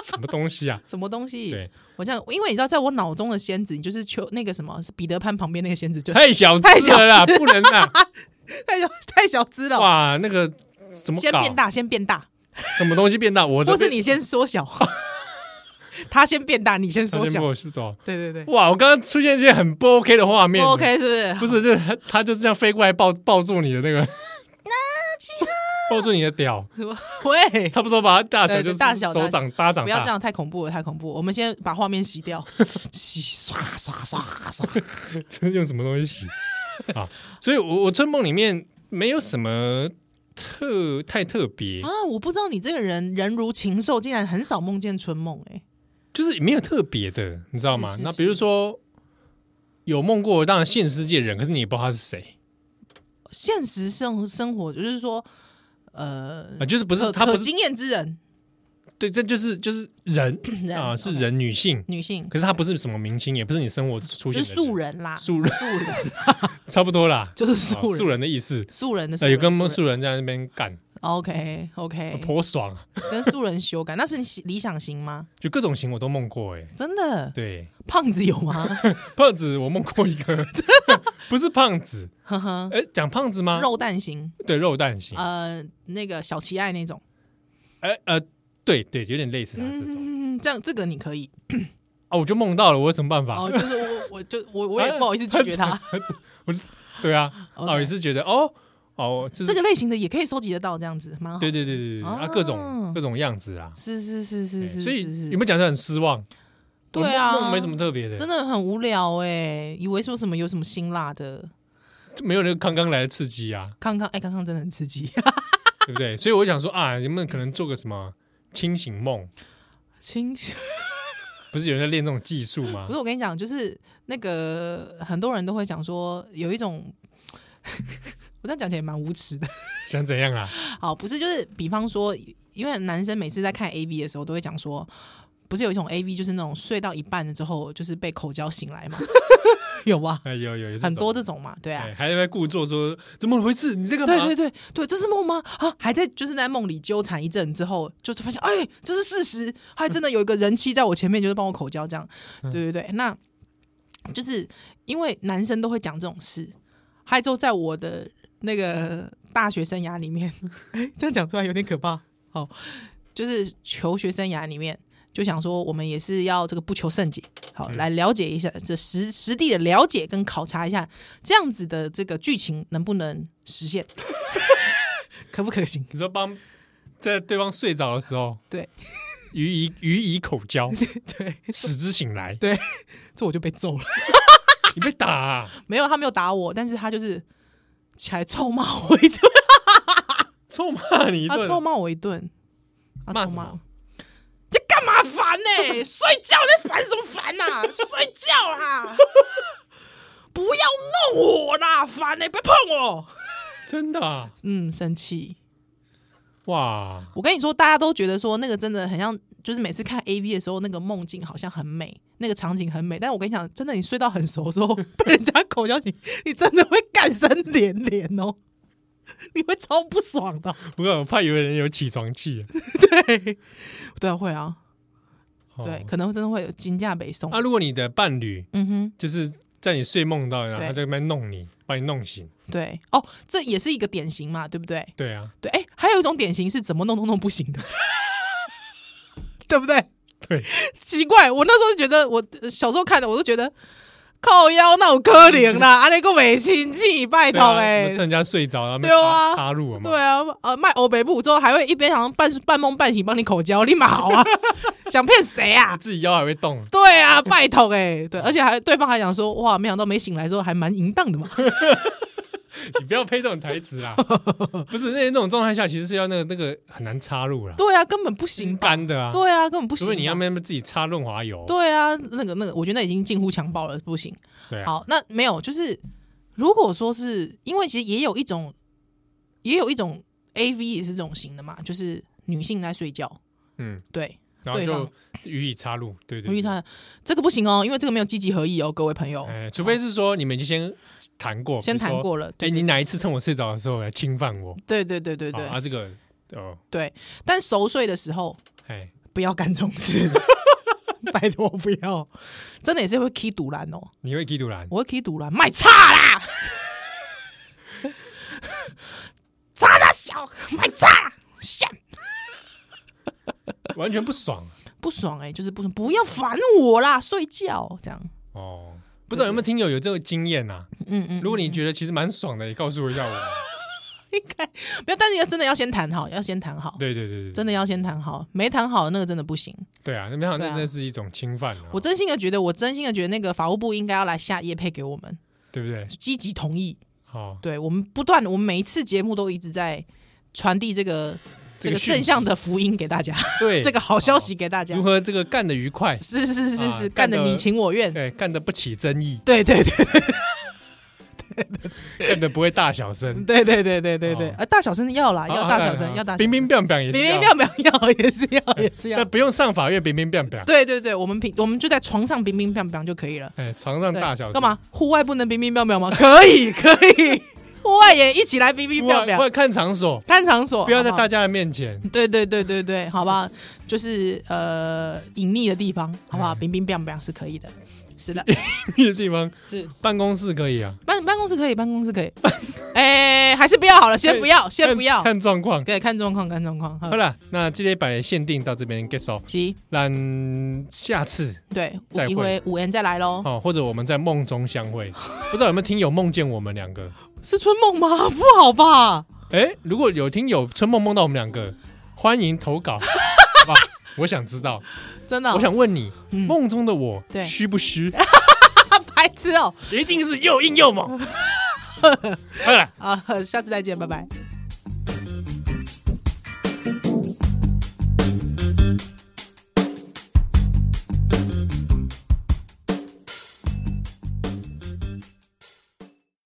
Speaker 1: 什么东西啊？
Speaker 2: 什么东西？
Speaker 1: 对，
Speaker 2: 我这样，因为你知道，在我脑中的仙子，你就是丘那个什么是彼得潘旁边那个仙子，就
Speaker 1: 太小
Speaker 2: 太小
Speaker 1: 只了啦，不能啦！
Speaker 2: 太小太小只了，
Speaker 1: 哇，那个怎么
Speaker 2: 先
Speaker 1: 搞？啊
Speaker 2: 变大，先变大，
Speaker 1: 什么东西变大？我的
Speaker 2: 或是你先缩 小，他先变大，你先
Speaker 1: 他
Speaker 2: 缩
Speaker 1: 先
Speaker 2: 小
Speaker 1: 把，我吸走。
Speaker 2: 对对对
Speaker 1: 哇，我刚刚出现一些很不 OK 的画
Speaker 2: 不
Speaker 1: 面。
Speaker 2: ，OK 是不是？
Speaker 1: 不是，就是他他就是这样飞过来抱抱住你的那个，抱住你的屌，
Speaker 2: 喂，
Speaker 1: 差不多吧，大小
Speaker 2: 对对
Speaker 1: 就是
Speaker 2: 大小
Speaker 1: 手掌巴掌
Speaker 2: 不要这
Speaker 1: 大，
Speaker 2: 样，太恐怖了，太恐怖了！我们先把画面洗掉，洗刷刷刷刷，
Speaker 1: 这是用什么东西洗啊？所以我我春梦里面没有什么特太特别，
Speaker 2: 啊！我不知道你这个人人如禽兽，竟然很少梦见春梦哎、
Speaker 1: 就是没有特别的，你知道吗
Speaker 2: 是？是
Speaker 1: 那比如说有梦过，当然现实世界人，可是你也不知道他是谁
Speaker 2: 现实生生活就是说，呃，
Speaker 1: 啊，就是不
Speaker 2: 不
Speaker 1: 是他不是
Speaker 2: 经验之人，
Speaker 1: 对，这就是就是人
Speaker 2: 人
Speaker 1: 啊，是
Speaker 2: OK
Speaker 1: 人女性，
Speaker 2: 女性，
Speaker 1: 可是他不是什么明星，也不是你生活出
Speaker 2: 就
Speaker 1: 现
Speaker 2: 是
Speaker 1: 的
Speaker 2: 素，人啦，
Speaker 1: 素人
Speaker 2: 素人
Speaker 1: 差不多啦，
Speaker 2: 就是
Speaker 1: 啊
Speaker 2: 素人，哎
Speaker 1: 素人的意思。
Speaker 2: 素人的素
Speaker 1: 呃，有
Speaker 2: 人哎
Speaker 1: 跟
Speaker 2: 素人呃
Speaker 1: 素人在那边干，
Speaker 2: OK OK，
Speaker 1: 颇爽啊，
Speaker 2: 跟素人修改，那是你喜理想型吗？
Speaker 1: 就各种型我都梦过哎、
Speaker 2: 真的，
Speaker 1: 对，
Speaker 2: 胖子有吗？
Speaker 1: 胖子我梦过一个， 不是胖子，
Speaker 2: 呵呵，
Speaker 1: 哎，讲胖子吗？
Speaker 2: 肉蛋型，
Speaker 1: 对肉蛋型，
Speaker 2: 呃，那个小奇爱那种，
Speaker 1: 哎呃，对对，有点类似他这种
Speaker 2: 嗯，这样这个你可以，
Speaker 1: 啊，我就梦到了，我有什么办法
Speaker 2: 哦，？就是我我就我我 也
Speaker 1: 哎
Speaker 2: 不好意思拒绝他，
Speaker 1: 对啊，
Speaker 2: OK
Speaker 1: 哦也是觉得哦哦，就是
Speaker 2: 这个类型的也可以收集得到，这样子蛮好，
Speaker 1: 对对对对对啊，各种
Speaker 2: 哦
Speaker 1: 各种样子啊，
Speaker 2: 是是是
Speaker 1: 哎
Speaker 2: 是是，
Speaker 1: 所以
Speaker 2: 是是
Speaker 1: 有没有讲就很失望？
Speaker 2: 对啊
Speaker 1: 我梦没什么特别的，
Speaker 2: 真的很无聊哎，以为说什么有什么辛辣的，
Speaker 1: 没有那个刚刚来的刺激啊，
Speaker 2: 康康哎，康康真的很刺激，
Speaker 1: 对不对？所以我想说啊，能不能可能做个什么清醒梦？
Speaker 2: 清醒。
Speaker 1: 不是有人在练这种技术吗
Speaker 2: 不？是我跟你讲，就是那个很多人都会讲说，有一种 我这样讲起来也蛮无耻的。
Speaker 1: 想怎样啊？
Speaker 2: 好，不是就是比方说，因为男生每次在看 A V 的时候都会讲说，不是有一种 A V 就是那种睡到一半了之后就是被口交醒来嘛，有吧？
Speaker 1: 哎， 有有有这种
Speaker 2: 很多这种嘛，对啊
Speaker 1: 哎，。还在故作说怎么回事？你在干
Speaker 2: 对
Speaker 1: 嘛？
Speaker 2: 对对对，这是梦吗？啊，还在就是在梦里纠缠一阵之后，就是发现哎、这是事实，还真的有一个人妻在我前面，就是帮我口交这样。对对对，那就是因为男生都会讲这种事，还之后在我的那个大学生涯里面，哎这样讲出来有点可怕。好，就是求学生涯里面。就想说，我们也是要这个不求甚解，好来了解一下这实实地的了解跟考察一下，这样子的这个剧情能不能实现，可不可行？
Speaker 1: 你说帮在对方睡着的时候，
Speaker 2: 对，
Speaker 1: 予以予以口交，
Speaker 2: 对，
Speaker 1: 使之醒来，
Speaker 2: 这我就被揍了。
Speaker 1: 你被打啊，
Speaker 2: 没有，他没有打我，但是他就是起来臭骂我 一顿，
Speaker 1: 臭骂你一
Speaker 2: 他
Speaker 1: 顿，
Speaker 2: 啊臭骂我一顿，他
Speaker 1: 骂
Speaker 2: 臭
Speaker 1: 什
Speaker 2: 骂
Speaker 1: 么？
Speaker 2: 这干嘛烦呢、睡觉你在烦什么烦 呐、睡觉 啦！不要弄我啦，烦呢、别碰我。
Speaker 1: 真的啊，
Speaker 2: 嗯，生气。
Speaker 1: 哇，
Speaker 2: 我跟你说，大家都觉得说那个真的很像，就是每次看 A V 的时候，那个梦境好像很美，那个场景很美。但我跟你讲，真的，你睡到很熟的时候， 被人家口交你，你真的会干声连连哦， 你会超不爽的。
Speaker 1: 不过我怕有人有起床气啊，
Speaker 2: 对，对啊，会啊，
Speaker 1: 哦
Speaker 2: 对，可能真的会有金价北送。
Speaker 1: 啊，如果你的伴侣
Speaker 2: 嗯哼，
Speaker 1: 就是在你睡梦到，然后
Speaker 2: 对
Speaker 1: 他在那边弄你，把你弄醒，
Speaker 2: 对，哦，这也是一个典型嘛，对不对？
Speaker 1: 对啊，
Speaker 2: 对，哎，还有一种典型是怎么弄都弄不行的， 对不对？
Speaker 1: 对，
Speaker 2: 奇怪，我那时候就觉得，我呃小时候看的，我都觉得靠腰那有可怜 啦，阿那个美亲戚，拜
Speaker 1: 对
Speaker 2: 托
Speaker 1: 啊
Speaker 2: 哎、
Speaker 1: 我趁人家睡着，然后被
Speaker 2: 对啊
Speaker 1: 插插入了嘛，
Speaker 2: 对啊，呃，卖欧北部之后还会一边好像半半梦半醒帮你口交，立马好啊， 想骗谁啊？
Speaker 1: 自己腰还会动，
Speaker 2: 对啊，拜托哎、对，而且还对方还讲说，哇，没想到没醒来之后还蛮淫荡的嘛，
Speaker 1: 你不要配这种台词 啦，不是那那种状态下，其实是要那个那个很难插入啦，
Speaker 2: 对啊，根本不行 吧？
Speaker 1: 干的啊，
Speaker 2: 对啊，根本不
Speaker 1: 除
Speaker 2: 行吧。
Speaker 1: 非你要么自己插润滑油，
Speaker 2: 对啊，那个那个，我觉得那已经近乎强暴了，不行。
Speaker 1: 对啊，
Speaker 2: 好，那没有，就是如果说是因为其实也有一种，也有一种 A V 也是这种型的嘛，就是女性在睡觉，
Speaker 1: 嗯，
Speaker 2: 对，
Speaker 1: 然后
Speaker 2: 对
Speaker 1: 就
Speaker 2: 方
Speaker 1: 予以插入，对对，
Speaker 2: 我遇
Speaker 1: 对
Speaker 2: 到这个不行哦，因为这个没有积极合意哦，各位朋友，
Speaker 1: 哎，除非是说你们已经先谈过，
Speaker 2: 先
Speaker 1: 比如
Speaker 2: 谈
Speaker 1: 说，
Speaker 2: 过了，
Speaker 1: 哎，你哪一次趁我睡着的时候来侵犯我？
Speaker 2: 对对对对
Speaker 1: 好
Speaker 2: 对
Speaker 1: 啊，这个哦，
Speaker 2: 对，但熟睡的时候
Speaker 1: 哎，
Speaker 2: 不要干这种 事。拜托不要，真的也是会 key 堵拦哦，
Speaker 1: 你会嫉妒啦？
Speaker 2: 我会 key 堵拦，卖差啦，差的小，卖差啦，下
Speaker 1: 完全不爽啊
Speaker 2: 不爽哎、就是不爽，不要烦我啦，睡觉这样。
Speaker 1: 哦。不知道有没有听友有这个经验呐？
Speaker 2: 嗯嗯，
Speaker 1: 如果你觉得其实蛮爽的，也告诉我一下我们。
Speaker 2: 应该没有，但是要真的要先谈好，要先谈好，
Speaker 1: 对对对对，
Speaker 2: 真的要先谈好，没谈好那个真的不行。
Speaker 1: 对啊，那边好像
Speaker 2: 对啊
Speaker 1: 那那是一种侵犯啊，
Speaker 2: 我真心的觉得，我真心的觉得那个法务部应该要来下业配给我们，
Speaker 1: 对不对？
Speaker 2: 积极同意。
Speaker 1: 好，
Speaker 2: 对我们不断，我们每一次节目都一直在传递这个
Speaker 1: 这
Speaker 2: 这
Speaker 1: 个
Speaker 2: 个正向的福音给大家，
Speaker 1: 对
Speaker 2: 这个好消息给大家
Speaker 1: 如。何这个干的愉快，
Speaker 2: 是是是是
Speaker 1: 啊
Speaker 2: 是，
Speaker 1: 干
Speaker 2: 干得
Speaker 1: 得
Speaker 2: 你情我愿。
Speaker 1: 对，干的不起争议，
Speaker 2: 对对对
Speaker 1: 干的不会大小声，
Speaker 2: 对对对对对对
Speaker 1: 哦，
Speaker 2: 呃，大小声要啦，要大小声，要大小声
Speaker 1: 冰冰冰冰也是
Speaker 2: 明
Speaker 1: 要
Speaker 2: 明，要不要要也是要也是要
Speaker 1: 但。不用上法院冰冰冰冰，
Speaker 2: 对对对，我们平我们就在床上冰冰乓乓就可以了。
Speaker 1: 哎，床上
Speaker 2: 对
Speaker 1: 大小声
Speaker 2: 干？嘛？户外不能冰冰乓乓吗？可以可以，户外也一起来比比
Speaker 1: 不
Speaker 2: 表
Speaker 1: 要不
Speaker 2: 表，
Speaker 1: 要看场所，
Speaker 2: 看场所，
Speaker 1: 不要在
Speaker 2: 好好
Speaker 1: 大家的面前。
Speaker 2: 对对对对对，好不好？就是呃，隐匿的地方，好不好？冰冰冰冰是可以的，是的，
Speaker 1: 你的地方
Speaker 2: 是
Speaker 1: 办公室可以啊，
Speaker 2: 办办公室可以，办公室可以。哎、还是不要好了，先不要，先
Speaker 1: 看
Speaker 2: 不要。
Speaker 1: 看状况。
Speaker 2: 对，看状况，看状况。好
Speaker 1: 好了，那这礼拜的限定到这边结束，
Speaker 2: 行，
Speaker 1: 那下次
Speaker 2: 对，
Speaker 1: 再
Speaker 2: 有机
Speaker 1: 会
Speaker 2: 会五言再来喽。
Speaker 1: 哦，或者我们在梦中相会，不知道有没有听友梦见我们两个？
Speaker 2: 是春梦吗？不好吧？
Speaker 1: 哎，如果有听友春梦梦到我们两
Speaker 2: 嗯
Speaker 1: 个，欢迎投 稿，好吧？我想知道，
Speaker 2: 真的哦、
Speaker 1: 我想问你，
Speaker 2: 嗯
Speaker 1: 梦中的我
Speaker 2: 对
Speaker 1: 虚不 虚？
Speaker 2: 啊， 白痴哦、
Speaker 1: 一定是又硬又猛。好了。
Speaker 2: 啊，下次再见，拜拜。